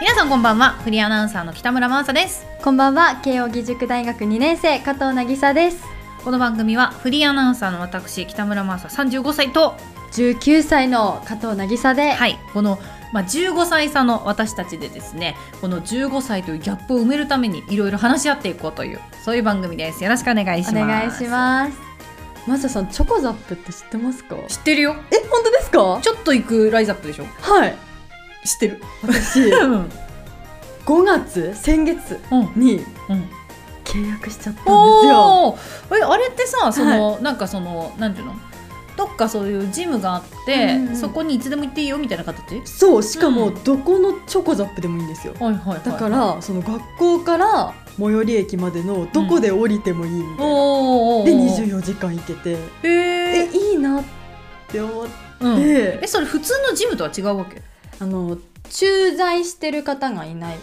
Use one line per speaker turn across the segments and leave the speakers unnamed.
皆さんこんばんはフリーアナウンサーの北村真麻です
こんばんは慶應義塾大学2年生加藤渚です
この番組はフリーアナウンサーの私北村真麻35歳と
19歳の加藤渚で、
はいこのまあ、15歳差の私たちでですねこの15歳というギャップを埋めるためにいろいろ話し合っていこうというそういう番組ですよろしくお願いします
お願いしますマサさんチョコザップって知ってますか
知ってるよ
え本当ですか
ちょっと行くライザップでしょ
はい
知ってる
私
う
5
ん
月先月
うん
に
うん
契約しちゃったんですよ
おおーえあれってさその、なんかそのなんていうのどっかそういうジムがあって、
うんうん
そこにいつでも行っていいよみたいな形はい
そうしか
う
も
ん
どこのチョコザップでもいいんですよ
はいはい
だからその学校から最寄り駅までのどこで降りてもいいみたいな、
おお
で24時間行けて
へ
え
え、
いいなって思って、
うん、えそれ普通のジムとは違うわけ
あの駐在してる方がいない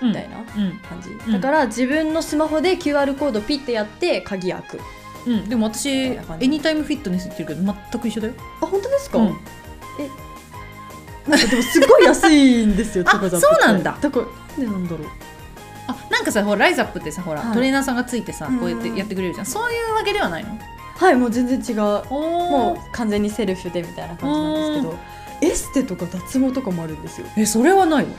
み
みたいな
うん
感じ、
ん
だから自分のスマホで QR コードピッてやって鍵開く
うん、でも私
みたい
エ
な感じ
ニタイムフィットネス行ってるけど全く一緒だよ、
あ本当ですか、
うん
なんかでもすごい安いん ですよ
あ
チョコザップ
そうなんだ
だからなんでなんだろう
あなんかさほらライザップってさほら、
はい
トレーナーさんがついてさ
うん
こうやってやってくれるじゃんそういうわけではないの
はいもう全然違うも
お
う完全にセルフでみたいな感じなんですけどエステとか脱毛とかもあるんですよ
えそれはないわ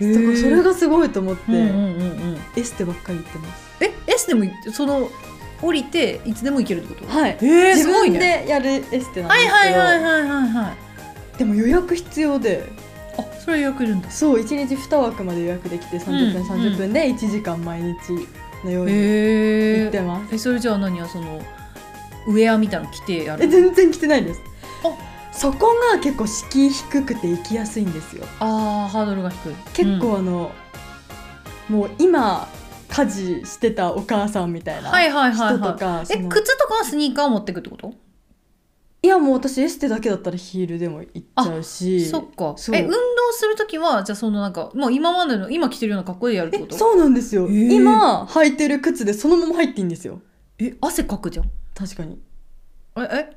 だからそれがすごいと思って、
うんうんうんうん
エステばっかり行ってます
えエスでもその降りていつでも行けるってこと
はい
えー、
自
すごい
分
ね
でやるエステな
は
んです
い
けど、
はいはいはいはいはい
でも予約必要で
あそれ予約いるんだ
そう1日2枠まで予約できて30分、
うん
30分で1時間毎日のように
へ
行
え
ってます、
えそれじゃあ何やそのウェアみたいなの着てや
え
る
全然来てないですそこが結構敷居低くて行きやすいんですよ
あーハードルが低い
結
うん
構あの、もう今家事してたお母さんみたいな
はいはいはい
人
はい
とかそ
え
の
靴とかはスニーカーを持ってくってこと
いやもう私エステだけだったらヒールでも行っちゃうし
そっか
そう
え運動するときはじゃあそのなんかもう今までの今着てるような格好でやるってこ
え
と
そうなんですよ、
へー
今履いてる靴でそのまま入っていいんですよ
え汗かくじゃん
確かに
ええ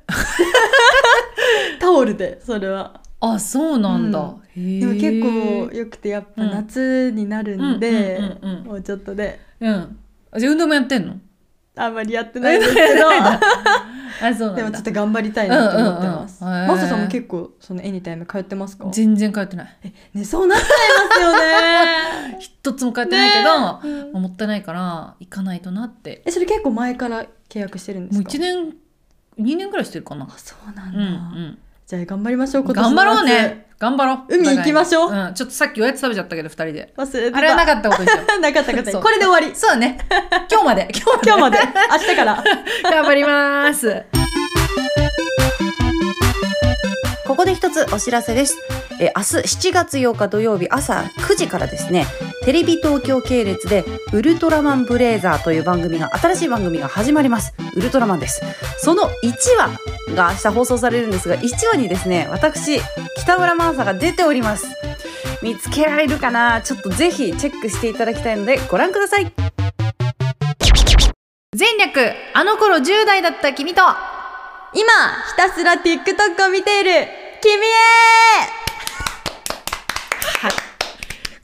タオルでそれは
あそうなんだ、
う
へえ
でも結構よくてやっぱ
うん
夏になるんで、
うんうんうんうん
もうちょっとで
うんあじゃあ運動もやってんの
あんまりやって ないんですけど
あそう
で
なん
もちょ
だ
っと頑張りたいなと思ってま
う
す。
んうんうんへー
マサさんも結構そのエニタイム通ってますか？
全然通ってない
ねそうなっちゃいますよね。
一つも通ってないけど、
ねえうん
もったいないから行かないとなって
えそれ結構前から契約してるんで
もう
すか？
1年2年ぐらいしてるかな
あそうなん
う
だ。
んうん
じゃあ頑張りましょう今年
頑
の
張
夏
ろうね頑張ろう
海行きましょう
お互いにん、ちょっとさっきおやつ食べちゃったけど2人で
忘れてた。
あれはな
なか
かったことにしよう
ったなかった
そう
これで終わ り。
そうだね今日まで 今日
今日
ま
ま
で
で明日から。
頑張ります
ここで一つお知らせです。えー明日7月8日土曜日朝9時からですね、テレビ東京系列でウルトラマンブレイザーという番組が、新しい番組が始まります。ウルトラマンです。その1話が明日放送されるんですが、1話にですね、私、北村マーサが出ております。見つけられるかなちょっとぜひチェックしていただきたいのでご覧ください。
前略あの頃10代だった君と
今ひたすら TikTok を見ている君へ。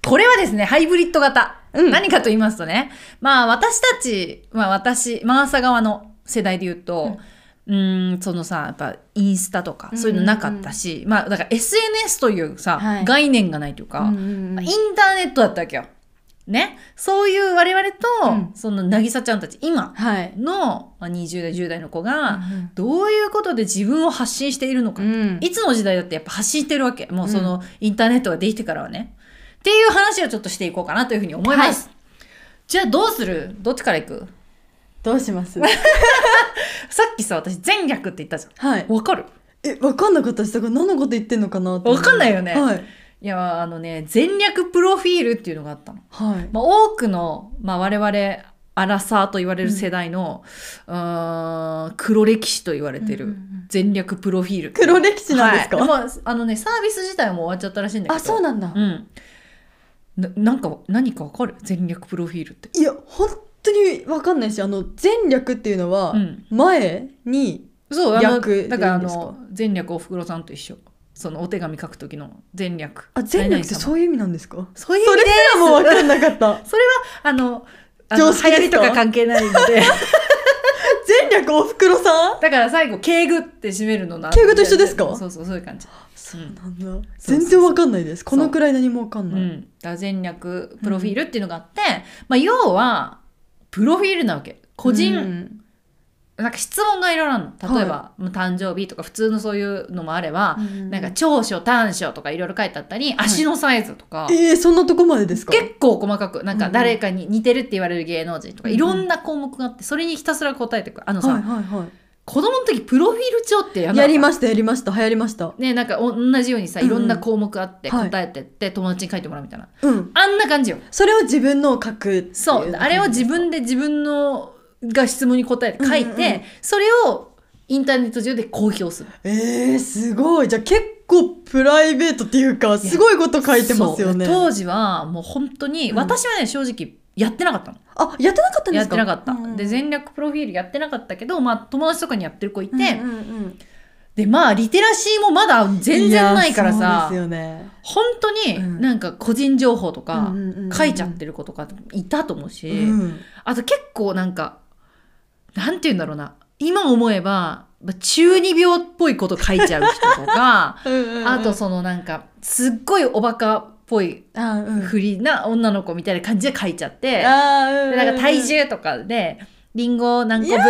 これはですね、ハイブリッド型。
うん
何かと言いますとね、まあ私たち、まあ私、マーサ側の世代で言うと、うーん、そのさ、やっぱインスタとか、そういうのなかったし、まあだから SNS というさ、
はい
概念がないというか、まあインターネットだったわけよ。ね。そういう我々と、
うん
そのなぎさちゃんたち、今
はい。
のまあ20代、10代の子が、どういうことで自分を発信しているのか
うん
いつの時代だってやっぱ発信してるわけ。もうそのインターネットができてからはね。っていう話をちょっとしていこうかなというふうに思います。じゃあどうするどっちから行く
どうします？
さっきさ、私前略って言ったじゃ
はい
ん。。わかる
え、わかんなかったです。だから何のこと言ってんのかなって。
わかんないよね
はい。
いや、あのね、前略プロフィールっていうのがあったの。
はい。
まあ、多くの、まあ、我々、アラサーと言われる世代の、うーん、黒歴史と言われて
うんう
る
んうん
前略プロフィールっていう。
黒歴史なんですか、
はいまあ、あのね、サービス自体も終わっちゃったらしいんだけど。
あ、そうなんだ。
うん。ななんか何かわかる全略プロフィールって。
いや、本当にわかんないし、あの、前略っていうのは
う、ん。
前に、
そう、あの
略でいいんですか
だからあの、全略おふくろさんと一緒。そのお手紙書く時の前略
あ前略っ
う
てそういう意味なんですか
そういう意
そ
味
れ
です
らもう分かんなかった
あのあの
常
流
識ですか
行りとか関係ないので
前略おふくろさん
だから最後敬語って締めるのな
敬語と一緒ですか
そうそうそういう感じうん
なんだ
そう
全然分かんないですこのくらい何も分かん
う
ない、
ん、だ前略プロフィールっていうのがあって、まあ、要はプロフィールなわけ個人、
うん
なんか質問がいろいろあるの例えば、もう誕生日とか普通のそういうのもあれば、なんか長所短所とかいろいろ書いてあったり、足のサイズとか、
えー、そんなとこまでですか
結構細かくなんか
うん
誰かに似てるって言われる芸能人とか、
うん
いろんな項目があってそれにひたすら答えてくるあのさ、
はいはいは
子供の時プロフィール帳ってやん
い
なかっ
や
た
りましたやりました流行りました
ねなんか同じようにさいろんな項目あって
うんうんはい
答えてって、友達に書いてもらうみたいな
うん
あんな感じよ
それを自分のを書くってい
そうあれを自分で自分のが質問に答えて書いて、
うんうんうん
それをインターネット上で公表する
えー、すごいじゃあ結構プライベートっていうかすごいこと書いてますよね
そう当時はもう本当に、
うん
私はね正直やってなかったの
あやってなかったんで
やっ
すか
てなかった、
うん
で全略プロフィールやってなかったけどまあ友達とかにやってる子いて、
うんうんうん
でまあリテラシーもまだ全然ないからさ
いやそうですよね
本当に
うん
なんか個人情報とか
うんうんうんうん
書いちゃってる子とかいたと思うし、
うん、
あと結構なんか、なんて言うんだろうな。今思えば、まあ中二病っぽいこと書いちゃう人とか
うんうんうん
あとそのなんか、すっごいおバカっぽい
あうん
ふりな女の子みたいな感じで書いちゃって、
あーうん
でなんか体重とかで、リンゴ何個分と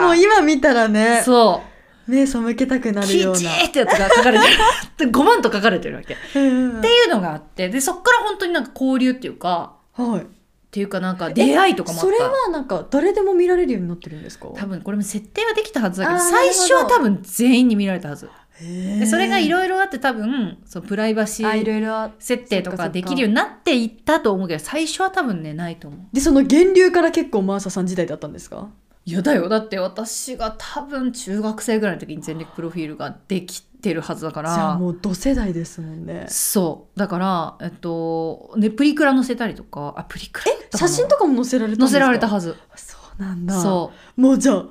もう
か、
今見たらね
そ
目背けたく
う、
なる
キ
よう
チ
な
ーってやつが書かれてる。5万と書かれてるわけ。っ
うんうん
ていうのがあって、で、そっから本当になんか交流っていうか、
はい
っていうかなんか出会いとかもあっ
それ
た。
はなんか誰でも見られるようになってるんですか
多分これも設定はできたはずだけど
あー
最初は
なる
多分全員に見られたはずで
分
それがい
い
ろいろあって多分そのプライバシ
ろあい
ー
ろいろあ
設定と
そっ
か
かそっか
できるようになっていったと思うけど最初は多分ねないと思う
でその源流から結構マーサさん時代だったんですか
いやだよだって私が多分中学生ぐらいの時に前歴プロフィールができてるはずだか
じゃあ
ら
もう同世代ですもんね
そうだからえっとねプリクラ載せたりとかあプリクラえ
写真とかも載せられたんで
載
すか
せられたはず
そうなんだ
そう
もうじゃあ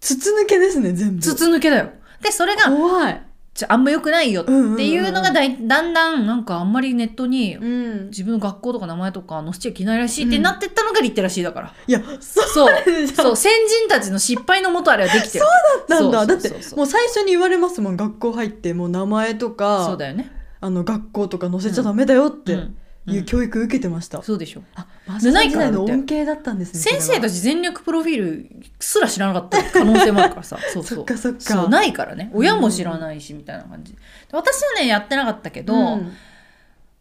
筒抜けですね全部
筒抜けだよでそれが
怖い
ちょあんま良くないよっていうのが
大
だいだんだんなんかあんまりネットに
うん
自分の学校とか名前とか載せちゃいけないらしいってなってったのがリテラシーだ から、
いやそう
そう
そう
そう先人たちの失敗のもとあれはできてる
なんだ
そ
だ
う
っ
そう
て
そうそう
もう最初に言われますもん学校入ってもう名前と
そ
か
うだよね
あの学校とか載せちゃダメだよっ
う
て
んうん
いう教育受けてました、
そうでしょ
あマーサ
でな
さん
い
時
から
代
だっ
の
て
恩恵だったんですね
先生た
ち
ち全力プロフィールすら知らなかった可能性もあるからさそう
そ
そ
っ
う
かそっか
そうないからね親も知らないしみたいな感じで私はねやってなかったけど、
うん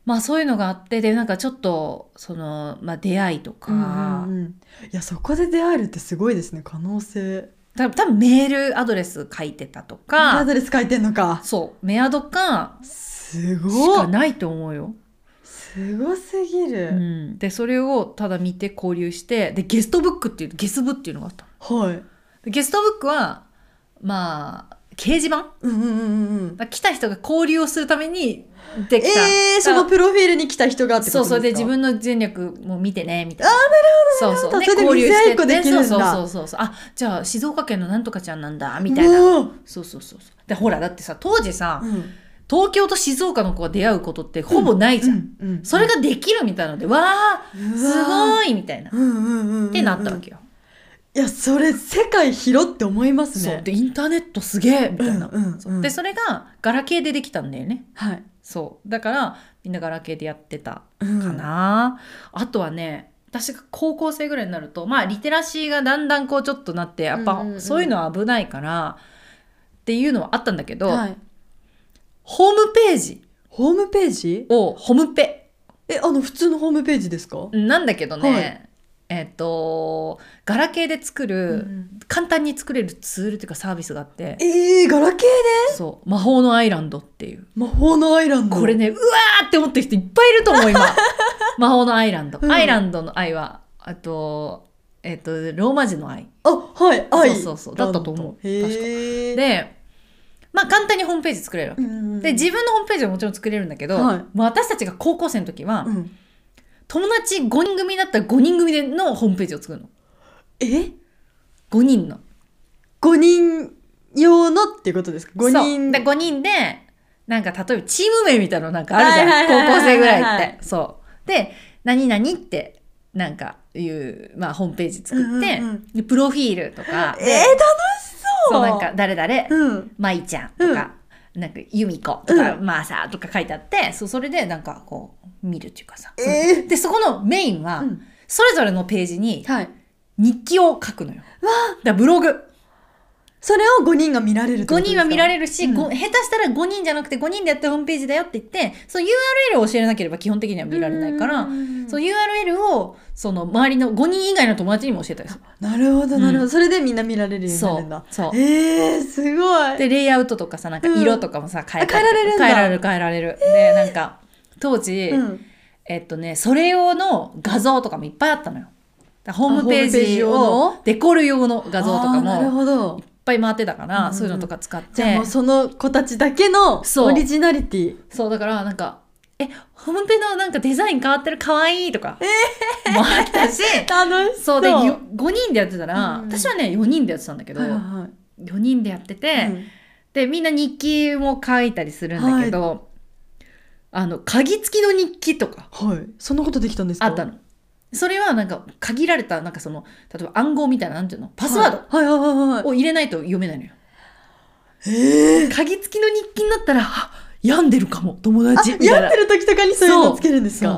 まあそういうのがあってでなんかちょっとその、まあ、出会いとか、
うんうんうんいやそこで出会えるってすごいですね可能性
多分多分メールアドレス書いてたと
ア
か
ドレス書いてんのか
そうメアドか
す
しか
ごい
ないと思うよ
すごすぎる、
うん、でそれをただ見て交流してでゲストブックっていうゲス部っていうのがあったの
はい
でゲストブックはまあ掲示板
うんうんうんうん
来た人が交流をするためにできた、
えー、そのプロフィールに来た人がってことです
そ
か
うそうで自分の前略も見てねみたいなあなるほ
な
そう
る
そ
ほ
う
どそれで見せ合いっこできるんだ
そうそうそうそうあじゃあ静岡県のなんとかちゃんなんだみたいな
うわ
そうそうそうそうでほらだってさ当時さ
うん
東京と静岡の子が出会うことってほぼないじゃん、
うんうん
それができるみたいなのでわあ
うわ
すごいみたいな、
うんうんうんうん
ってなったわけよ
いやそれ世界広って思います
そう
ね
でインターネットすげえみたいな、
うんうんうん
そうでそれがガラケーでできたんだよね
はい
そうだからみんなガラケーでやってたか
か
な、あとはね私が高校生ぐらいになるとまあリテラシーがだんだんこうちょっとなってやっ
うんうんう
ぱ
ん
そういうのは危ないからっていうのはあったんだけど、
はい
ホームページ
ホームページ
をホムペ
えあの普通のホームページですか
なんだけどね、
はい
えっ、とガラケーで作る、簡単に作れるツールっていうかサービスがあって
えー、ガラケーで
そう魔法のアイランドっていう
魔法のアイランド
これね、うわーって思ってる人いっぱいいると思う、 今。魔法のアイランド。
うん
アイランドの愛は、あと、えっ、と、ローマ字の愛。
あはい愛
そうそうそうだったと思う
へー
で、まあ簡単にホームページ作れるわけ。
うん
で、自分のホームページはもちろん作れるんだけど、
はい
もう私たちが高校生の時は、
うん
友達5人組だったら5人組でのホームページを作るの。
え
5人の。
五人用のっていうことですか五
そう
人
で、5人で、なんか例えばチーム名みたいなのなんかあるじゃん、
はいはいはいはい
高校生ぐらいって、
はいはいは
そうで「何々」ってなんかいう、まあ、ホームページ作って、
うんうんうん
でプロフィールとか
えー、
で
楽しそう
そうなんか誰々
うん
まいちゃんとか、なんか由美子とか、マーサーとか書いてあってそうそれでなんかこう見るっていうかさ、
え
でそこのメインは、
うん
それぞれのページに
ー、はい
日記を書くのよ。だからブログ
それを五人が見られるってこ
5
とです
人
か
は見られるし、
うん
ご下手したら5人じゃなくて5人でやったホームページだよって言ってその URL を教えなければ基本的には見られないから
うん
その URL をその周りの5人以外の友達にも教えたりす
なるほどなるほど、それでみんな見られ
る。
るようにな
そ
るんだ
うそう
えー、すごい
でレイアウトとかさなんか色とかもさ、変えたり
あ変えられるんだ
変えられる変えられる、でなんか当時、
うん、
えっとねそれ用の画像とかもいっぱいあったのよだからホームペー
あホームページ
ジ
用
を
の
デコる用の画像とか
あーなる
もいっ
ほど
ぱい回ってたから、
うん
そういうのとか使って
じゃあもうその子たちだけの
そう
オリジナリティ
そうだからなんか「えホームページのなんかデザイン変わってるかわいい」とか、もあったし
楽し
そうでよ5人でやってたら、
うん
私はね4人でやってたんだけど、
はいは
4人でやってて、
いはい、
でみんな日記も書いたりするんだけど、あの鍵付きの日記とか
うんはい、そんなことできたんですか
あったの。それはなんか限られたなんかその例えば暗号みたいななんていうのパスワー
はいはいはいはいは
ドを入れないと読めないのよ。
いえー
鍵付きの日記になったらあ病んでるかも友
あ
達みたい
や
な
って。る時とかにそういうのつけるんです
そう
かう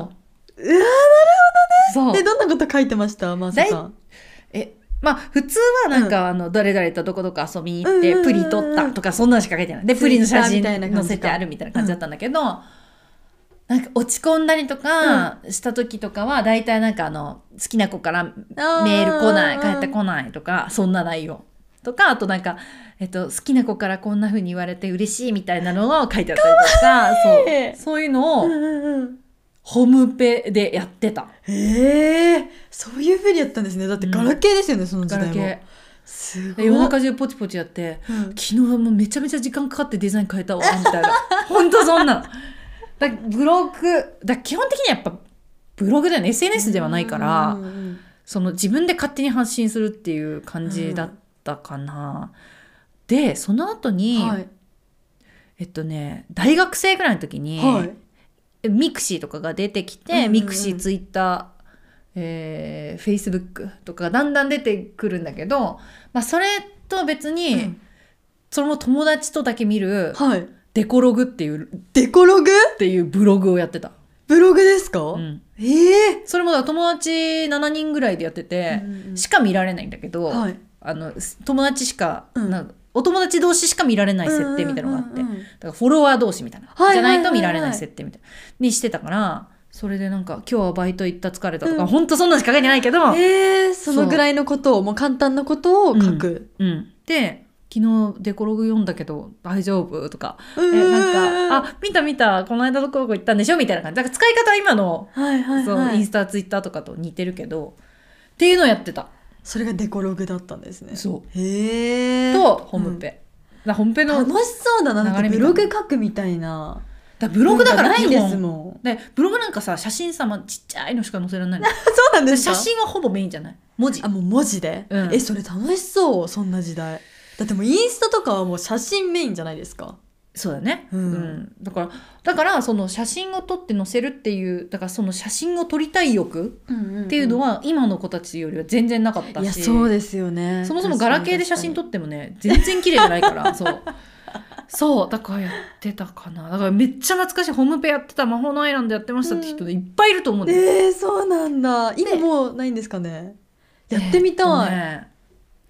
わー
そう
でどんなこと書いてましたまさか
えまあ普通はなんか、あの誰々とどこどこ遊びに行っ
うんう
て
ん
プリ撮ったとかそんなのしか書いてないで
ツ
プ
イ
リの
ッター
写真
みたいな感じか
載せてあるみたいな感じだったんだけど、なんか落ち込んだりとかした時とかは大体なんかあの好きな子からメール来ない返ってこないとかそんな内容とかあとなんか、えっと、好きな子からこんな風に言われて嬉しいみたいなのを書いてあったりとか
いい
そうそういうのを
うんうんうん
ホームペでやってた。
えー、そういうふうにやったんですねだってガラケーですよね、その時
ガ
代
ラ
も
ケー
すご
で
い
夜中中ポチポチやって
うん
昨日はもうめちゃめちゃ時間かかってデザイン変えた わみたいなほんとそんなのだブログだ基本的にはやっぱブログだよね SNS ではないから
うんうんうん
その自分で勝手に発信するっていう感じだったかな、でその後に、
はい
えっとね大学生ぐらいの時に、
はい
ミクシーとかが出てきて、
うんうんうん
ミクシーツイッターえー、Facebook とかがだんだん出てくるんだけど、まあ、それと別に、
うん
それも友達とだけ見る
はい
デコログっていう
デコログ
っていうブログをやってた、
ブログですか、
うん、
ええ
それもだから友達7人ぐらいでやってて、しか見られないんだけど、
はい
あのす友達しか、
うん
なんかお友達同士しか見られない設定みたいなのがあって、
うんうんうんうん
だからフォロワー同士みたいな、
はいはいはいは
じ
い
ゃないと見られない設定みたいなにしてたからそれでなんか「今日はバイト行った疲れた」とか、
うん
ほんとそんなのしか書いてないけど、
えー、そのぐらいのことをもう簡単なことを書く、
うん、で「昨日デコログ読んだけど大丈夫?」とか「
う
え
ん
なんかあ見た見たこの間どこどこ行ったんでしょ?」みたいな感じだから使い方は今の
はいはい
そう
は
イン
い
スタツイッターとかと似てるけどっていうのをやってた
それがデコログだったんですね
そ
へえ
とホームペ、だからホームペの
楽しそうだなだっ
流れ
て
み
ブ
たい
ログ書くみたいな
だブログだから
なんない
基
で
本
すもん
でブログなんかさ写真さ、まあ、ちっちゃいのしか載せられないの
そうなんですか
写真はほぼメインじゃない文字
あもう文字で、
うん
えそれ楽しそうそんな時代だってもうインスタとかはもう写真メインじゃないですか
そうだね、
うん
だからだからその写真を撮って載せるっていうだからその写真を撮りたい欲っていうの
は、
は今の子たちよりは全然なかったし
いやそうですよね
そもそもガラケーで写真撮ってもね全然綺麗じゃないから そうそうだからやってたかなだからめっちゃ懐かしいホームペやってた魔法のアイランドやってましたって人いっぱいいると思うんだよ、
えー、そうなんだ今もうないんですかねやってみた
えっと
い、
ね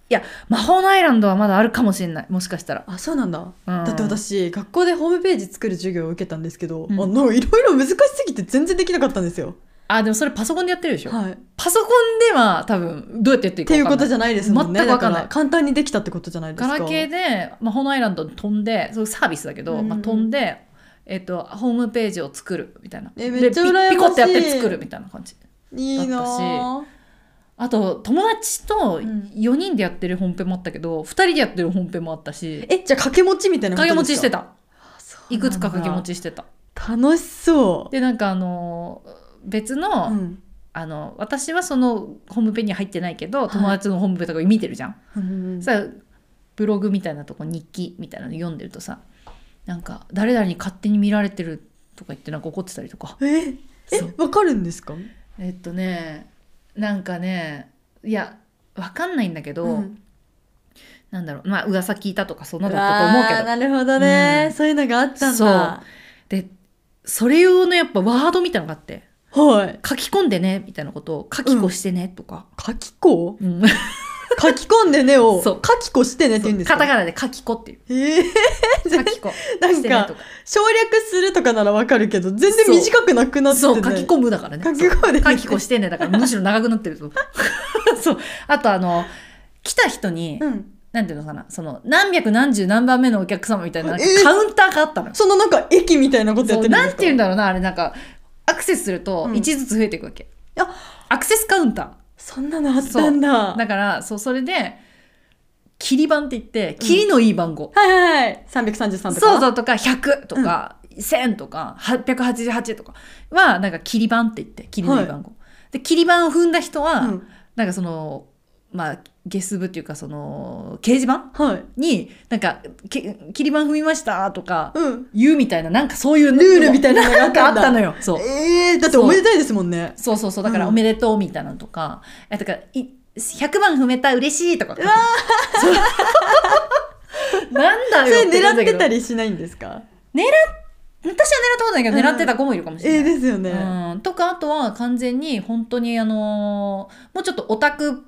いや魔法のアイランドはまだあるかもしれないもしかしたら、
あそうなんだ
うん
だって私学校でホームページ作る授業を受けたんですけど、
ん
あのいろいろ難しすぎて全然できなかったんですよ。
あでもそれパソコンでやってるでしょ、
はい、っ
パソコンでは多分どうやってやっていいか
て
分
いう
か
こ
んな
と
い
じゃないですもんね
全くわかんない
だら簡単にできたってことじゃないです
ガ
か。
ラケーで魔法のアイランドに飛んでそういうサービスだけど、
うん
まあ、飛んで、えっとホームページを作るみたいな
えめっちゃ
でピ
羨ましい
ピコってやって作るみたいな感じ
いいな
だ
あ
あと友達と
ん
4人でやってる本編もあったけど、2人でやってる本編もあったし
えじゃあ掛け持ちみたいなこと
掛
です
け
か
持ちしてた
そう
い
なんだ
くつか掛け持ちしてた
楽しそう。
でなんかあのー別の,、
うん
あの私はそのホームページに入ってないけど
い
友達のホームページとか見てるじゃん、
うん
さブログみたいなとこ日記みたいなの読んでるとさなんか誰々に勝手に見られてるとか言ってなんか怒ってたりとか
ええ
そう
わかるんですか
えっとねなんかねいやわかんないんだけど、
うん
なんだろうまあ噂聞いたとかそんなだったと思うけ
あー
ど
なるほどね、
うん
そういうのがあったんだ
でそれ用のやっぱワードみたいなのがあって
はい
書き込んでねみたいなことを書き子してねとか、
書き子
うん
書き込 んでねを
そう
書き子してねって言うんです
カ
か
タカナで書き子っていう
えー、
書き子
なんか
してねとか
省略するとかならわかるけど全然短くなくなって
そう
ね
書き込むだからね
書き込んでね
書き子してねだからむしろ長くなってる ぞそうあとあの来た人に、
うん
なんていうのかなその何百何十何番目のお客様みたいななんか
え
カウンターがあったのよ
そのなんか駅みたいなことやっ
そ
て
う
るんですか
なんていうんだろうなあれなんかアクセスすると
うん
1ずつ増えていくわけ、
あ
アクセスカウンタ
そんなのあったんだ
ーだからそうそれで切り番って言って切りのいい番号、
はいはいはい333とか
そうそうとか100とか、1000とか888とかはなんか切り番って言って切りのいい番号、で切り番を踏んだ人は、
うん
なんかそのまあゲス部っていうかその掲示板
はい
になんかけ切り板踏みましたとか
うん
言うみたいななんかそういう
ルールみたいなのが
な
あっ
んか
た
あ
ん
っ
だ
たのよそう
ええだっておめでたいですもんね
そうそうそうだから
うん
おめでとうみたいなのとか、えだからい100番踏めた嬉しいとかそう なんだ
そ
よ
れ狙ってた
り
りしないんですか
私は狙ったことないけど
うん
狙ってた子もいるかもし
え
れ
え
ない、
ですよね、
うん、とかあとは完全に本当にあのーもうちょっとオタク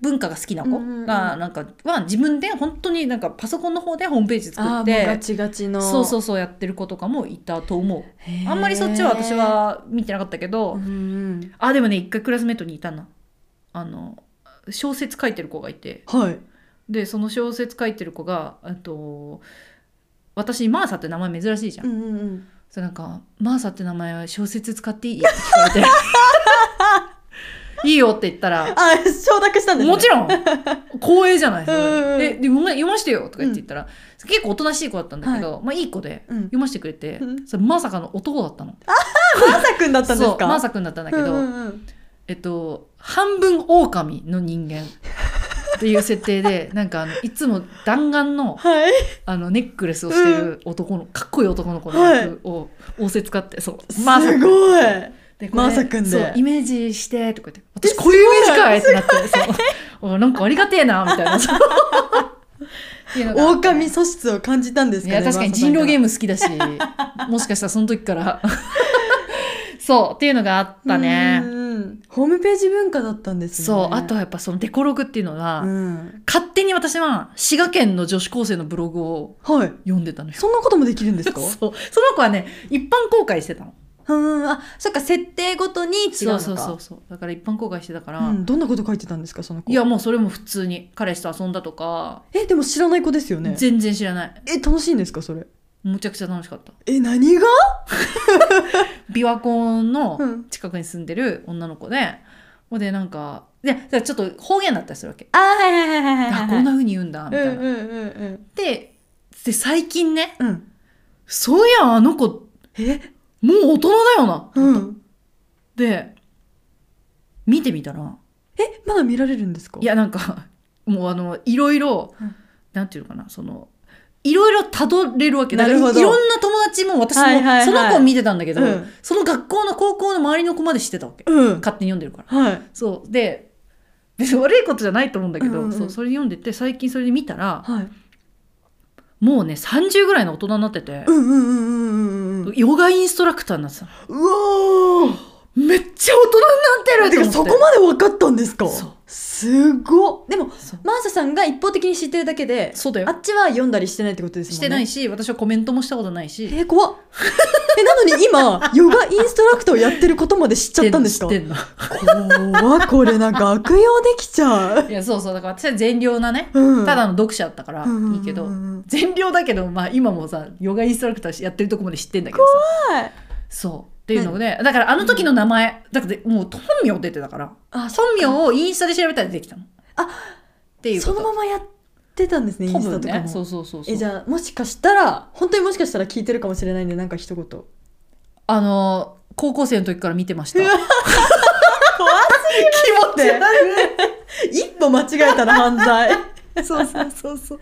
文化が好きな子
うんうんうん
がなんかは自分で本当になんかパソコンの方でホームページ
あ
作っ
あもう
て
ガチガチの
そうそうそうやってる子とかもいたと思う
へー
あんまりそっちは私は見てなかったけど、
うんうん
あでもね一回クラスメートにいたなあの小説書いてる子がいて
はい
でその小説書いてる子があと私マーサって名前珍しいじゃん、
んうんうん
そうなんか「マーサって名前は小説使っていい?」って聞かれて「 いいよ」って言ったら
あ承諾した
「
んですね
もちろん光栄じゃない」それ
うんうん
でで読ま読ましてよ」とか言って言ったら、結構おとなしい子だったんだけど、まあいい子で
うん
読ませてくれて、
うん
それまさかの男だったの。
マサ君だったんです
そう
か
マーサくんだったんだけど、
うんうんうん
えっと半分狼の人間っていう設定 でなんかあのいつも弾丸の
はい
あのネックレスをしてる男の、かっこいい男の子の
はい
役を仰せ使ってそう
すごい
でこれ
マーサくんで
そうイメージしてとか言って
え
私こういうイメージかいっ
す
てなってそう おなんかありがてえなみたい なそうっていうのが
狼素質を感じたんです
い
かね
や確かに人狼ゲーム好きだし もしかしたらその時から そうっていうのがあったね
うんうんホームページ文化だったんですね
そうあとはやっぱそのデコログっていうのが、
うん
勝手に私は滋賀県の女子高生のブログを
はい
読んでたのよ。
そんなこともできるんですか
そうその子はね一般公開してたの
うんあそっか設定ごとに違うの
そう
か
そうそうそうだから一般公開してたから、
うんどんなこと書いてたんですかその子
いやもうそれも普通に彼氏と遊んだとか、
えでも知らない子ですよね
全然知らない
え楽しいんですかそれ
むちゃくちゃ楽しかった
え何が
琵琶湖
う
の
ん
近くに住んでる女の子でほんでなんかででちょっと方言だったりするわけ、
あはいはいはいは
あこんな風に言うんだみたいな、
うんうんうんうん
でで最近ね
うん
そういやあの子
え
もう大人だよな
うん
で見てみたら
えまだ見られるんですか
いやなんかもうあのいろいろ、
うん
なんていうのかなそのいろいろたどれるわけだから
なるほど
いいろんな友達も私も、
はいはいはい
その子を見てたんだけど、
うん
その学校の高校の周りの子まで知ってたわけ、
うん
勝手に読んでるから
はい
そうで別に悪いことじゃないと思うんだけど、
うんうんうん
そうそれ読んでて最近それで見たら
はい
もうね30ぐらいの大人になってて
う、んうんうんうんうんうん
ヨガインストラクターになってたの
うわー
めっちゃ大人になって
て
る
か
と
そ
思って
こまで分かったんですか
そう
すごっでも
そう
マーサさんが一方的に知ってるだけで
そうだよ
あっちは読んだりしてないってことですもんね
してないし私はコメントもしたことないし
えー、怖っえなのに今ヨガインストラクターをやってることまで知っちゃったんですか
知ってんの
怖っこれな学用できちゃう、
いやそうそうだから私は善良なね、
うん、
ただの読者だったからいいけど、
うんうんうんうん
善良だけど、まあ、今もさヨガインストラクターやってるとこまで知ってんだけど
怖い
さそうっていうので、だからあの時の名前だからもう本名出てたから
あそ
本名をインスタで調べたら出てきたの
あ
っていうこ
そ
と
のままやってたんですねイ
多
ンスタ
分
とか
ね
も、
そうそうそうそう
えじゃあもしかしたら本当にもしかしたら聞いてるかもしれないんでなんか一言怖
あの高校生の時から見てました
うわ すぎますね一歩間違えたら犯罪 そうそうそうそう。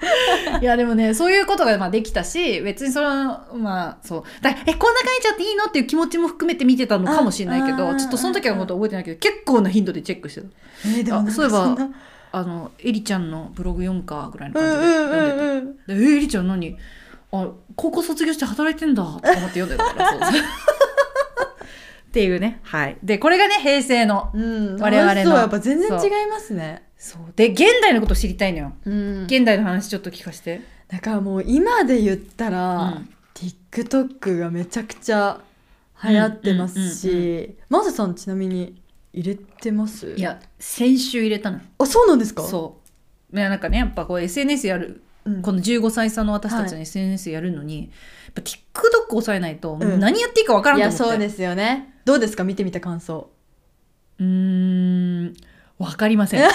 いやでもねそういうことがまあできたし別にそれはまあそうだからえこんな書いちゃっていいのっていう気持ちも含めて見てたのかもしれないけ
あ
ど
あ
ちょっとその時のことは覚えてないけど結構な頻度でチェックしてた
えー、でもなんか
あそういえば
そんな
あのエリちゃんのブログ読むかぐらいの
うん
感じで読んでて、
うんうんうん。
でえエリちゃん何あ高校卒業して働いてんだと思って読んでたからそうそうっていうねはいでこれがね平成の
うん、
我々の
あそうやっぱ全然
そう
違いますね。
そうで現代のこと知りたいのよ
うん、
現代の話ちょっと聞かせて、
だからもう今で言った
う
ら、
ん
TikTok がめちゃくちゃ流行ってますし、
うんうん
マズさんちなみに入れてます
いや先週入れたの
あそうなんですか
そういやなんかねやっぱこう SNS やる
う、ん、
この15歳差の私たち
は
の SNS やるのに、やっぱ TikTok を抑えないと
うん
何やっていいかわからん
い
と
や
思って、
そうですすよねどうですか見てみた感想
うーんわかりません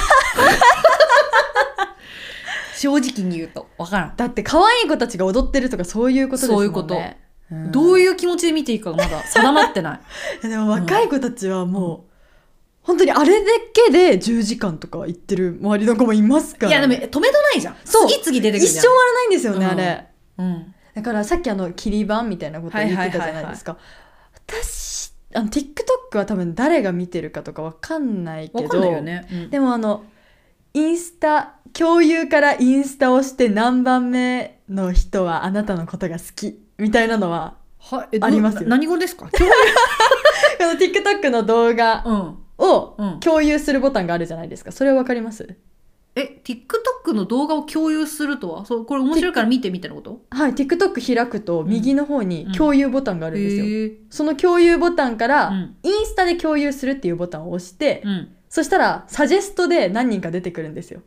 正直に言うとわからん、
だって可愛い子たちが踊ってるとかそういうことですもん
そう
ね
いうこと
うん
どういう気持ちで見ていいかがまだ定ま ってない
いやでも若い子たちはもう、本当にあれだけで10時間とか行ってる周りの子もいますから
いやでも止めどないじゃん
そう
次々出てくる
一
じ
生
ゃん
終わらないんですよね、
うん
あれ
うん、
だからさっきあの切り板みたいなこと言ってたじゃないですか、私あの TikTok は多分誰が見てるかとかわかんないけど
わかんないよね、うん
でもあのインスタ共有からインスタをして何番目の人はあなたのことが好きみたいなのは
はえ
ありますよ
どうな何語ですか
この TikTok の動画
うん
を
うん
共有するボタンがあるじゃないですかそれはわかります
え TikTok の動画を共有するとはそうこれ面白いから見てみたいなこと
はい TikTok 開くと右の方に
うん
共有ボタンがあ
あ
るんですよ、
へえ
その共有ボタンから、
うん
インスタで共有するっていうボタンを押して、
うん
そしたらサジェストで何人か出てくるんですよ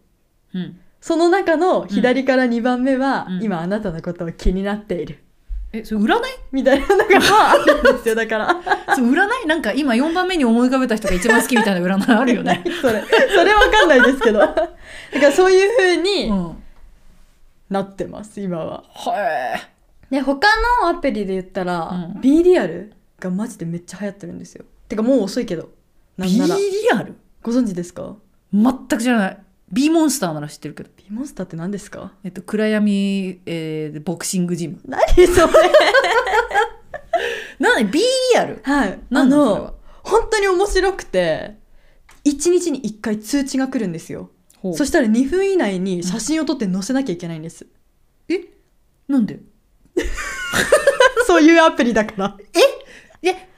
うん
その中の左から2番目は、
うん
今あなたのことを気になっている
えそれ占い
みたいなのがあるんです よだから。
それ占いなんか今4番目に思い浮かべた人が一番好きみたいな占いあるよね
それそれわかんないですけどだからそういう風
う
に
ん、は
なってます今は
え。
で他のアプリで言ったら、
うん
B リアルがマジでめっちゃ流行ってるんですよてかもう遅いけどな
B
んなら
リアル
ご存知ですか
全く知らない。B モンスターなら知ってるけど。
B モンスターって何ですか
えっと暗闇、えーボクシングジム。
何それ
なんで B リアル
はいあ
なんなのそれ
の
は
本当に面白くて1日に1回通知が来るんですよ
ほう
そしたら2分以内に写真を撮って載せなきゃいけないんです、
えなんで
そういうアプリだから
え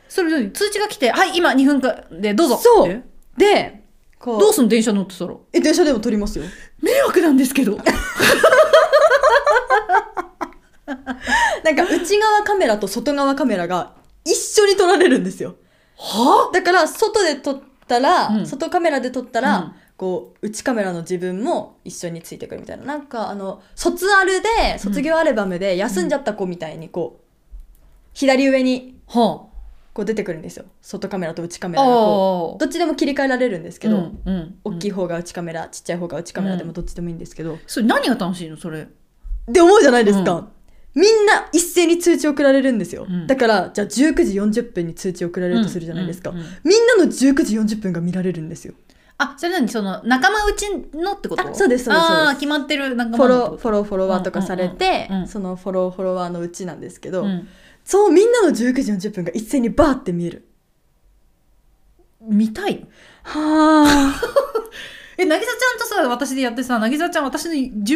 それ何通知が来て「はい今2分間でどうぞ」
そう
え
でこう
どうすん電車乗ってたら
え電車でも撮りますよ
迷惑なんですけど
なんか内側カメラと外側カメラが一緒に撮られるんですよ
は
だから外で撮ったら、
うん
外カメラで撮ったら、
うん
こう内カメラの自分も一緒についてくるみたいななんかあの卒アルで卒業アルバムで休んじゃった子みたいにこう左上に
あは
こう出てくるんですよ外カメラと内カメ
あ
ラが
あ
こうどっちでも切り替えられるんですけど、
うんうん、
大きい
うん
方が内カメラちっちゃい方が内カメラでもどっちでもいいんですけど、
それ何が楽しいのそれ
って思うじゃないですか、
う
みんな一斉に通知送られるんですよ、
うん
だからじゃあ19時40分に通知送られるとするじゃないですか、
うんうんうん
みんなの19時40分が見られるんですよ
あ、それ何その仲間うちのってこと
あそうですそうですそう
あ
で
あ、
す
決まってる仲
フォ
間の
ロー
って
フォローフォロワーとかされて、
うんうんうんうん
そのフォローフォロワーのうちなんですけど、
こと
そうみんなの19時40分が一斉にバーって見える
うん見たい。
はあ
え、なぎさちゃんとさ、私でやってさ、なぎさちゃん私の19時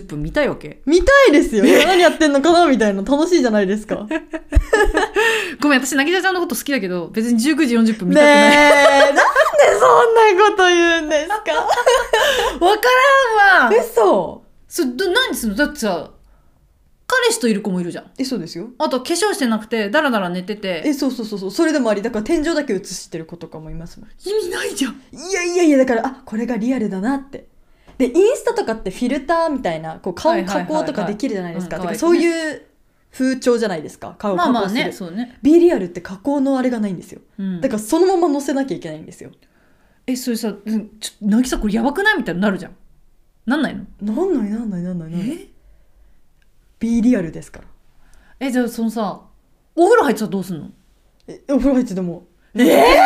40分見たいわけ
見たいですよ何やってんのかなみたいな楽しいじゃないですかね
ごめん、私なぎさちゃんのこと好きだけど、別に19時40分
え
見たくない。
なんでそんなこと言うんですか
わからんわ
嘘
それ、ど何するのだってさ、彼氏といる子もいるじゃん。
えそうですよ
あと、化粧してなくて、だらだら寝てて、
えそうそうそうそうそれでもありだから天井だけ映してる子とかもいますもん
意味ないじゃん。
いやいやいやだからあこれがリアルだなってでインスタとかってフィルターみたいなこう
は
顔
いはいは
加
いはい
工とかできるじゃないですか,、
うん可愛い
そういう風潮じゃないですか顔
まあ
加
ま
工
あ
する、
ね、そうね。
B リアルって加工のあれがないんですよ
うん
だからそのまま載せなきゃいけないんですよ
え、それさ、うんちょ、なぎさこれやばくないみたいになるじゃん。なんないの
なんないなんないなんないなんない
え
B リアルですから
えじゃあそのさお風呂入ってたらどうすんの
えお風呂入ってでも
え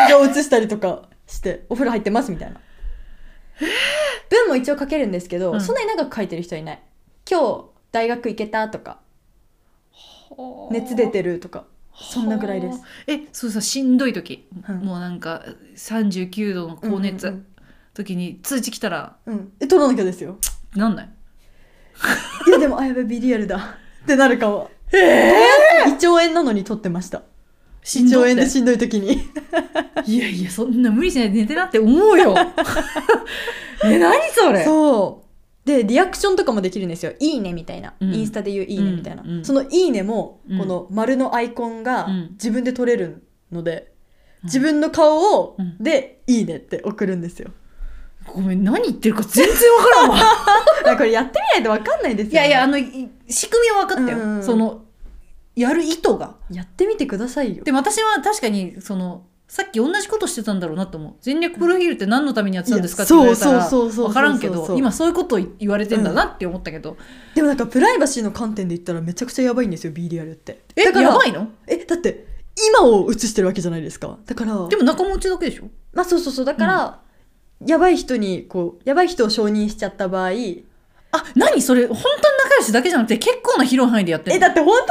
天井映したりとかしてお風呂入ってますみたいな文も一応書けるんですけど、
うん
そんなに長く書いてる人いない今日大学行けたとか熱出てるとかそんなぐらいです
はあ。え、そうさ、しんどい時、
うん
もうなんか三十九度の高熱、
うんうん
時に通知来たら
うん、うんえ取らなきゃですよ
なんない。
いやでもあやべビリヤルだってなるかも
ええ
胃腸炎なのに取ってました胃
しん
腸
ど
炎
い
でしんどい時に
いやいやそんな無理しないで寝てなって思う よ。え、何それ。
そうでリアクションとかもできるんですよ「いいね」みたいな、
うん
インスタで言う「いいね」みたいな、
うんうん
その「いいねも」
うん
この丸のアイコンが
うん
自分で取れるので、
うん
自分の顔を
うん
で「いいね」って送るんですよ、
ごめん何言ってるか全然わからんわ。
だからこれやってみないとわかんないですよ、
いや
ね、
いやあのい仕組みは分かったよ、
うん
そのやる意図が
やってみてくださいよ
でも私は確かにそのさっき同じことしてたんだろうなと思う全略プロフィールって何のためにやってたんですかって言われた
いや
ら
そうそうそうそう
分からんけ
そうそう
ど
そう
今そういうことを言われてんだなって思ったけど、
でもなんかプライバシーの観点で言ったらめちゃくちゃやばいんですよ B リアルって
え
だから
やばいの
えだって今を映してるわけじゃないですかだから
でも仲間内だけでしょ
まあそうそうそうだから、やばい人にこうやばい人を承認しちゃった場合
あ何それ本当に仲良しだけじゃなくて結構な広い範囲でやって
え
るの
だって本当の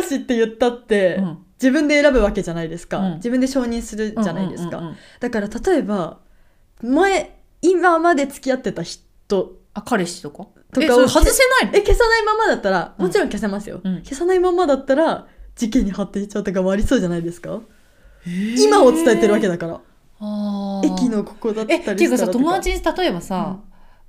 仲良しって言ったって、
うん
自分で選ぶわけじゃないですか、
うん
自分で承認するじゃないですか、
うんうんうんうん
だから例えば前今まで付き合ってた人
あ彼氏とか
とかを
えそれ外せないの
え消さないままだったら
うん
もちろん消せますよ、
うん
消さないままだったら事件に発展しちゃうとかもありそうじゃないですか、今を伝えてるわけだから
あー
駅のここだった
えっ
りしたら
ていうかさ
とか
友達に例えばさ、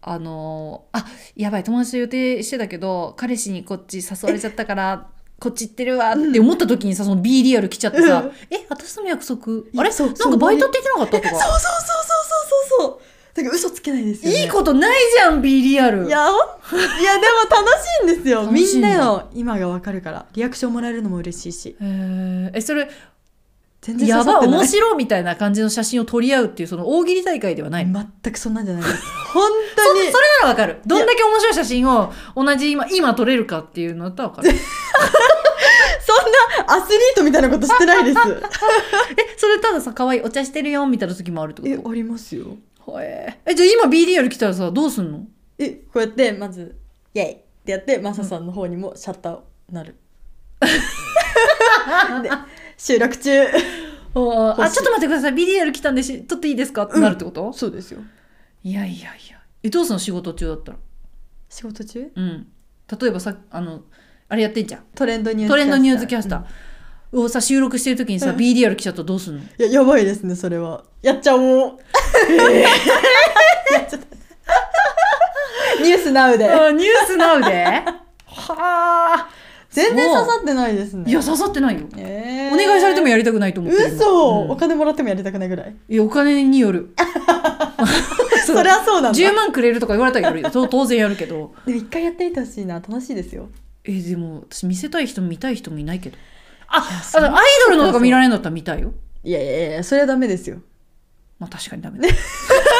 あのーあやばい友達と予定してたけど彼氏にこっち誘われちゃったからこっち行ってるわって思った時にさその B リアル来ちゃってさ「
うん
え私との約
や
束あれ
そう
なん
そう
かバイトって行けなかった?」と
そうそう
か。
そうそうそうそうそうだから嘘つけないですよ、ね、
いいことないじゃん B リアル
いやほんいやでも楽しいんですよ
楽し
み
い
ん
んだ
なの今がわかるからリアクションもらえるのも嬉しいし
へーえそれ
全然
や
刺さっ
ば
て
い
ない
面白いみたいな感じの写真を撮り合うっていうその大喜利大会ではないの、
全くそんなんじゃないです本当に
それならわかるどんだけ面白い写真を同じ今今撮れるかっていうのだったらわ かる
そんなアスリートみたいなことしてないで す
えそれたださ可愛いお茶してるよみたいな時もあるってこと
えありますよ
ほええじゃあ今 B リアル来たらさどうすんの
えこうやってまず「イェイ!」ってやってマサさんの方にもシャッターをな るで収録中
あ
欲しい
ちょっと待ってください B リアル来たんでし撮っていいですかってなるってこと、
そうですよ
いやいやいやえどうすんの仕事中だったら
仕事中
うん例えばさあのあれやってんじゃん
トレンドニュース
トレンドニュースキャス
うん
ターをさ収録してる時にさ B リアル来ちゃったらどうすん の
いや、やばいですね、それは。やっちゃおう。やっちゃった ニュースナウで。
ニュースナウではあ
全然刺さってないですね。
いや刺さってないよ、
えー
お願いされてもやりたくないと思ってる
嘘、
今
お
うん
金もらってもやりたくないぐら い。
いやお金による
それはそうなんだ。
10万くれるとか言われたらやるよそう当然やるけど
でも一回やってみてほしいな、楽しいですよ。
えでも私見せたい人も見たい人もいないけどあ
そ
あ
う
のアイドルのとか見られるんだったら見たいよ
いやいやいや、それはダメですよ。
まあ確かにダメだ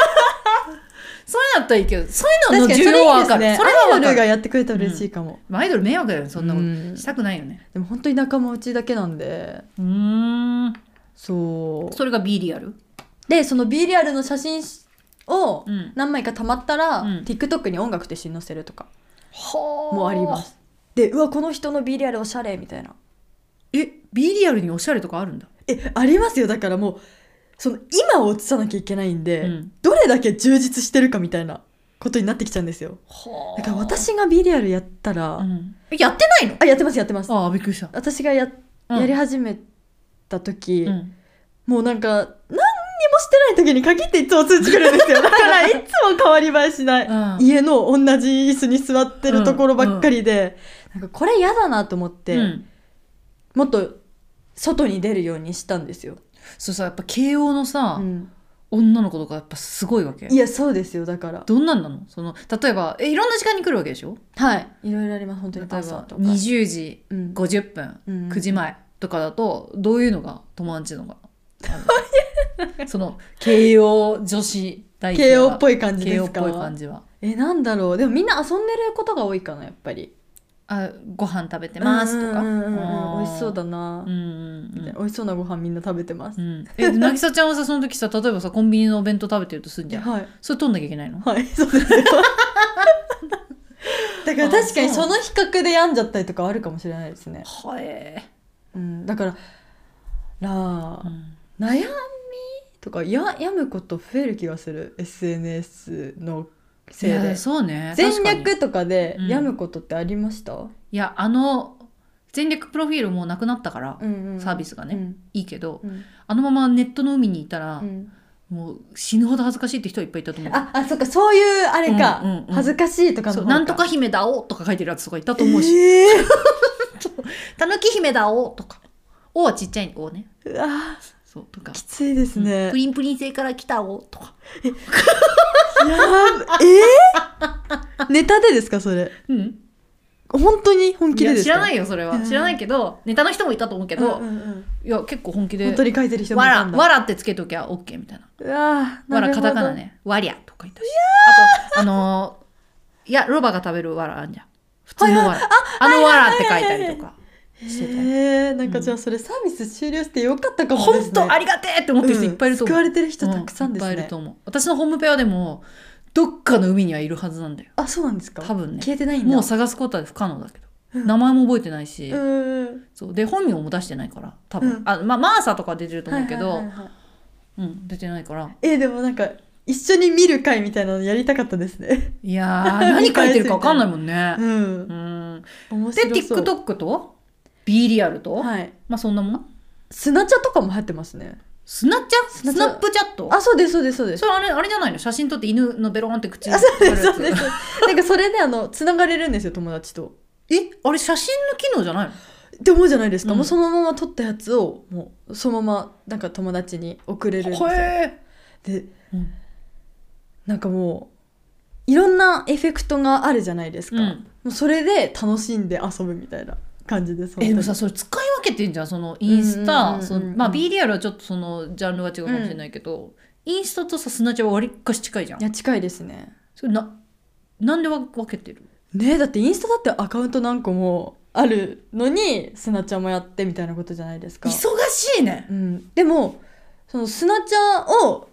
そういうのだったらいいけどそういうのの
確かに
需
それい
要はい分
です
かる
ね。
それは
アイ
分
ド
か
ルが
る
やってくれたら嬉しいかも。
まあアイドル迷惑だよねそんなこ
うん
としたくないよね
でも本当に仲間内だけなんで、
うーん
そう。
それが B リアル
で、その B リアルの写真を
うん
何枚か溜まったら、
うん
TikTok に音楽と一緒に載せるとか。
は
もありますでうわこの人のビリアルおしゃれみたいな
え B リアルにおしゃれとかあるんだ
えありますよだからもうその今を映さなきゃいけないんで、
うん
どれだけ充実してるかみたいなことになってきちゃうんですよ
は
だから私がビリアルやったら、
うんえやってないの
あやってますやってます
ああびっくりした
私がや
うん
やり始めた時、
うん
もうなんか何にもしてない時に限っていつも通知来るん ですよだからいつも変わり映えしない、
うん
家の同じ椅子に座ってるところばっかりで、なんかこれ嫌だなと思って、
うん
もっと外に出るようにしたんですよ、
そうさやっぱ慶応のさ、
うん
女の子とかやっぱすごいわけ
いやそうですよだから
どんなんなのその例えばえいろんな時間に来るわけでしょ
はいいろいろあります本当
例え
に
ば
朝とか
20時
うん
50分、
うん
9時前とかだとどういうのが友達なのかなその慶応女子大
慶応
は
っぽい感じで
慶応
す
っ
か
ぽい感じは
えなんだろうでもみんな遊んでることが多いかなやっぱり
あご飯食べてますとか
うんうんうんうん美味しそうそうだな
う、んうんうん
美味しそうなご飯みんな食べてます
う、ん、えで渚ちゃんはさその時さ例えばさコンビニのお弁当食べてるとすんじゃん
はい
それ取んなきゃいけないの
はいそうですよだから確かに
あそう
その比較で病んじゃったりとかあるかもしれないですね、
はえ
うん、だからなあ、
うん
悩みとかや病むこと増える気がする SNS のせい
い
で
やそうね
全
確かに
略とかで
うん
病むことってありました、
いやあの全略プロフィールもうなくなったから、
うんうん
サービスがねいいけど
うん
あのままネットの海にいたら、
うん
もう死ぬほど恥ずかしいって人はいっぱいいたと思う
ああそっかそういうあれか、
うんうんうん
恥ずかしいとかの
そう
方
なんとか姫だおとか書いてるやつとかいたと思うし
ええ
「たぬき姫だお」とか「お」はちっちゃい「お」ね
う わ
そうとか
きついですね、
プリンプリン星から来たお」とか
やばえー、ネタでですかそれ
うん
本当に本
い
気で
や
です
知
から
ないいよそれは、
うん
知らないけどネタの人もいたと思うけ
け
ど、
うんうんうん
いや結構本気で
本当に書いてる人もい
わ
た
ら
んだ
わらってつけときゃ OK みたいな
うわ
わ
な
ら
る
カ
ほど
タカナねわりゃとか言ったしあとあのーいやロバが食べるわらあんじゃん普通のわら、あのわらって書いたりとかしてたよ
えー、なんかじゃあそれサービス終了してよかったかもです
本
ね
当ありがてえって思ってる人いっぱいいると思う、
うん救われてる人たくさんですね、
ういっぱいいると思う私のホームペアでもどっかの海にはいるはずなんだよ
あそうなんですか
多分ね
消えてないんだ
もう探すことは不可能だけど、
うん
名前も覚えてないし、
うんうん
そうで本名も出してないから多分、
うん
あまあマーサとか出てると思うけど、
はいはいはいはい
うん出てないから
えー、でもなんか一緒に見る会みたいなのやりたかったですね
いやー何書いてるか分かんないもんね
う
うんん
面
で
白そう
TikTok と B リアルと、
はい
まあそんなもん
スナチャとかも流行ってますね
スナッチャ
スナ
ス
チャ
ナップチャット
あそうですそうですそう です
それあれあれじゃないの写真撮って犬のベローンって口に
あそうです
や
そ
つ
うですなんかそれであの繋がれるんですよ友達と。
えあれ写真の機能じゃないの
って思うじゃないですか、
うん
もうそのまま撮ったやつをもうそのままなんか友達に送れるんですよ。
へ
で、
うん
なんかもういろんなエフェクトがあるじゃないです
え、
か、もうそれで楽しんで遊ぶみたいな感じです。
えでも
本
さそれ使い分けてんじゃんそのインスタ、
うんうんうんうん
そのまあ B リアルはちょっとそのジャンルが違うかもしれないけど、インスタとさスナチャはわりかし近いじゃ
当
ん
にいや近いですね。
それななんでわ分けてる
ねえだってインスタだってアカウント何個もあるのにスナチャもやってみたいなことじゃないですか。
しいね
うん、でもそのスナチャを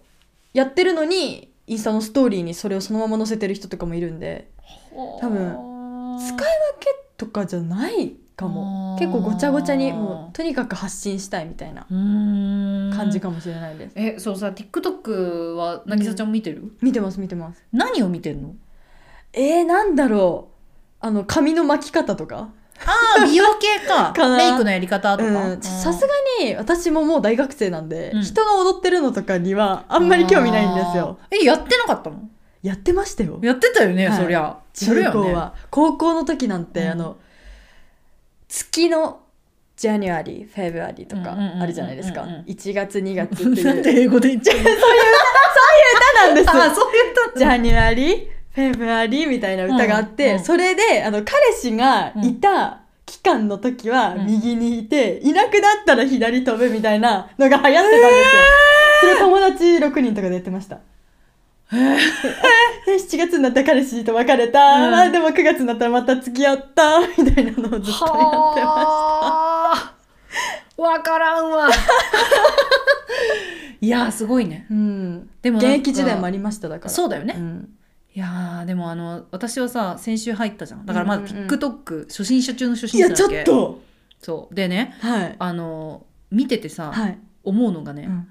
やってるのにインスタのストーリーにそれをそのまま載せてる人とかもいるんで多
分
使い分けとかじゃないか
あ
も
ー
結構ごちゃごちゃにもうとにかく発信したいみたいな
うーん
感じかもしれないです、
えそうさ TikTok は渚ちゃんも見てる、
見てます見てます
何を見てるの
えー、なんだろうあの髪の巻き方とか
ああ美容系か
かな
メイクのやり方とか、
うんちょさすがに私ももう大学生なんで、
うん
人が踊ってるのとかにはあんまり興味ないんですよ
あーえやってなかったの
やってましたよ
やってたよね、
はい
そりゃそり
中
ゃ
高
ね
は、高校の時なんて、
うん
あの月のジャニュアリーフェブアリーとか
うんうんうんうんうん
あるじゃないですか、
うんうん
1月2月 って
なん
いう
で英語で言っちゃう
歌なんです
あそういう歌
ジャニュアリーフェブアリーみたいな歌があって、
うんうん
それであの彼氏がいた期間の時は
うん
右にいて、いなくなったら左飛ぶみたいなのが流行ってたんですよ、それ友達6人とかでやってましたえ7月になったら彼氏と別れた、
うん
あでも9月になったらまた付き合ったみたいなのをずっとやってました
はあわからん わいやーすごいね
うん
でも
現
なんか
役時代もありましただから
そうだよね、
うん
いやーでもあの私はさ先週入ったじゃんだからまだ
うんうんうん
TikTok、初心者中の初
い
心者
や
な
ち
わ
ょ
け
っと
そうでね
はい
あの見ててさ、
はい、
思うのがね、
うん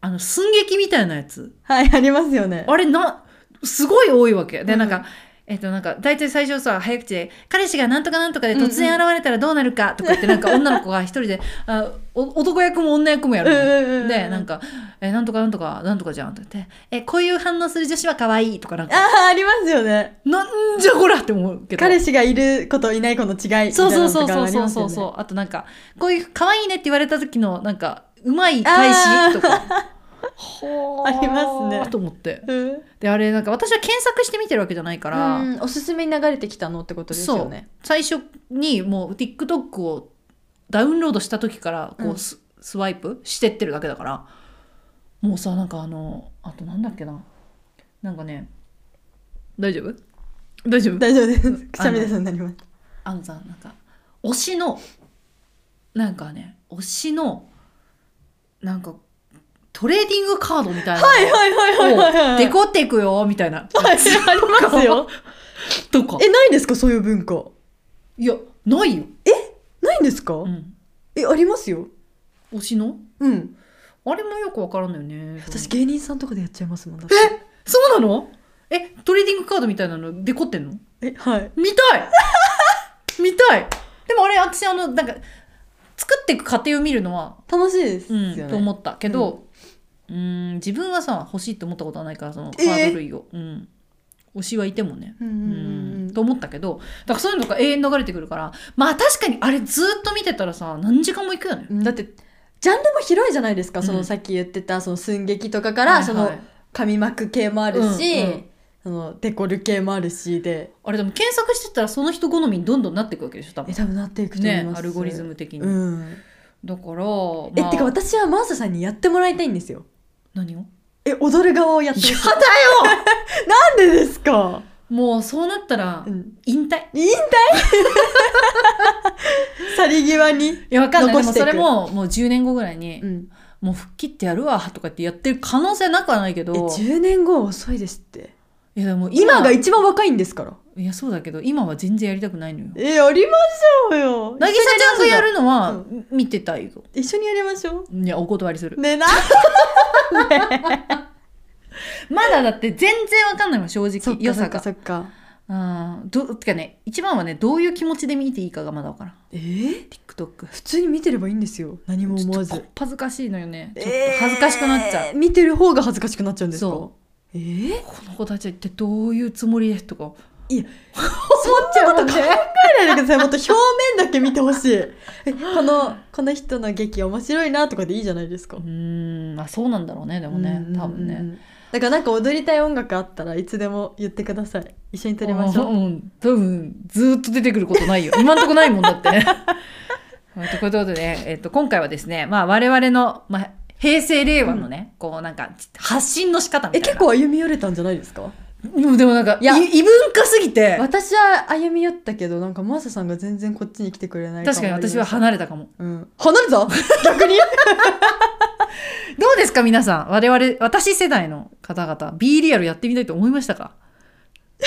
あの寸劇みたいなやつ
はいありますよね
あれなすごい多いわけで、
うん
なんかえっとなんか大体最初さ早口で「彼氏がなんとかなんとかで突然現れたらどうなるか」とか言ってなんか女の子が一人であお男役も女役もやるのよでなん
か
か「えなんとかなんとかなんとかじゃん」って言って「えこういう反応する女子は可愛いとかなんか
あーありますよね
「なんじゃこら!」って思うけど
彼氏がいる子といない子の違いみたいな
そうそう
の
そ
と
う
か
そ
あ
う
り
そう
ますよね
そうそうあとなんかこういう可愛いねって言われた時のなんかうまい返しと かほー
ありますね
と思って
うん
であれなんか私は検索して見てるわけじゃないから、
うんおすすめに流れてきたのってことですよね
最初にもう TikTok をダウンロードした時からこう、
うん
ススワイプしてってるだけだからもうさなんかあのあとなんだっけななんかね大丈夫大丈夫
大丈夫ですくしゃみですになります
あのさなんか推しのなんかね推しのなんかトレーディングカードみたいなの
はいはいはいはいはい
を
はい
デコっていくよみたいな、
はいありますよ
とか
えないんですかそういう文化
いやないよ、
ないんですか、
うん、
えありますよ
推しの
うん
あれもよくわからんのよね
私芸人さんとかでやっちゃいますもんだって
えそうなのえトレーディングカードみたいなのデコってんの
えはい
見たい 見たいでもあれ私あのなんか作っていく過程を見るのは
楽しいです
う
よ
ん、
ね、
と思ったけど、うーん、自分はさ欲しいって思ったことはないからそのカ
えー
ード類を、うん、推しはいてもね、
うんう
うん
うんうん
と思ったけどだからそういうのが永遠に流れてくるからまあ確かにあれずっと見てたらさ何時間も行くよね。
うんだってジャンルも広いじゃないですか、そうの
ん
さっき言ってたその寸劇とかか
はい
ら
はい
その紙膜系もあるし、
うんうん
そのデコル系もあるしで
あれでも検索してたらその人好みにどんどんなっていくわけでしょ多
え
分
多分なっていくと思い
ね
ます、
アルゴリズム的に。
うん、
だから、
え
まあ
てか私はマーサさんにやってもらいたいんですよ
何を
え踊る側をやってほしい
や
なんでですか、
もうそうなったら
うん、
引退
引退去り際に、
いやわかんないで
残
も
してい
そ
く
れももう10年後ぐらいに、
うん、
もう吹っ切ってやるわとかってやってる可能性なくはないけ
え
ど
10年後は遅いですって
いやでも
今が一番若いんですから
いやそうだけど今は全然やりたくないのよ。
えやりましょうよ
渚ちゃんがやるのは
う
見てたいよ。
一緒にやりましょう
いやお断りする。
ねえな
まだだって全然わかんないもん正
そ
直
っか
良
そ
さ
っか
が。
そっか。
うんどてかね一番はねどういう気持ちで見ていいかがまだわからん。
えー、
TikTok。
普通に見てればいいんですよ。何も思わ
ちょっ
ず
と。恥ずかしいのよね。ちょっと恥ずかしくなっちゃう。
えー見てる方が恥ずかしくなっちゃうんですか
そ
えー、
この子たちは一体どういうつもりですとか。
そんなこと考えないで ください。もっと表面だけ見てほしい。えこの、この人の劇面白いなとかでいいじゃないですか
う。ーんまあそうなんだろうねでもね多分
うんうんう
ね。
ん。だからなんか踊りたい音楽あったらいつでも言ってください。一緒に撮りましょう。
んん多分ずーっと出てくることないよ今んとこないもんだ って。はいということで、ねえっと今回はですね、まあ、我々の、まあ、平成令和のね、こうなんか発信の仕方みた
え、
いな
結構歩み寄れたんじゃないですか
構でもなんか
いや
い異文化すぎて
私は歩み寄ったけど、なんかマーサさんが全然こっちに来てくれない
確かに私は離
れ、
れたかも
うん、離れた逆に
どうですか皆さん我々私世代の方々 B リアルやってみたいと思いましたか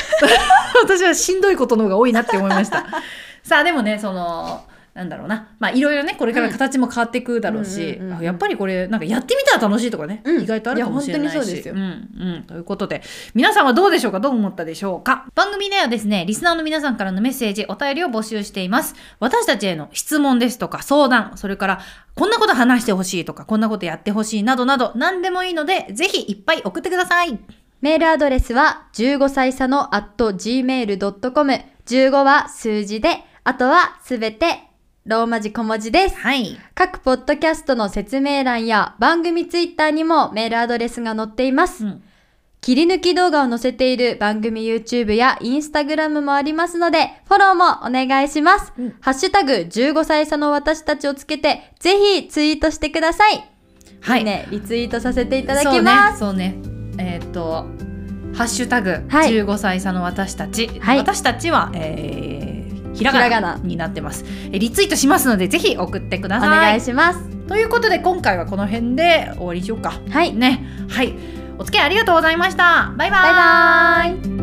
私はしんどいことの方が多いなって思いました さあでもねそのなんだろうなまあいろいろねこれから形も変わっていくだろうし、
うんうんうんうん
あやっぱりこれなんかやってみたら楽しいとかね、
うん
意外とあるかもしれないし
いや本当にそうですよ
んうん、ということで皆さんはどうでしょうかどう思ったでしょうか番組ではですねリスナーの皆さんからのメッセージお便りを募集しています私たちへの質問ですとか相談それからこんなこと話してほしいとかこんなことやってほしいなどなど何でもいいのでぜひいっぱい送ってください
メールアドレスは15歳差の at gmail.com。15は数字で、あとはすべてローマ字小文字です。
はい
各ポッドキャストの説明欄や番組ツイッターにもメールアドレスが載っています。
うん
切り抜き動画を載せている番組 YouTube や Instagram もありますので、フォローもお願いします。
うん
ハッシュタグ15歳差の私たちをつけて、ぜひツイートしてください。
はい
ね、リツイートさせていただきます。
そうねそうねえーっ、と「ハッシュタグ
はい
#15 歳差の私たち」
はい
私たちは、えーひら
ひら
が
が
な
な
になってますえリツイートしますのでぜひ送ってくだ
お
さい
願いします。
ということで今回はこの辺で終わりにしようか
はい。
ねはいお付き合いありがとうございましたバイバイ
バイバイ。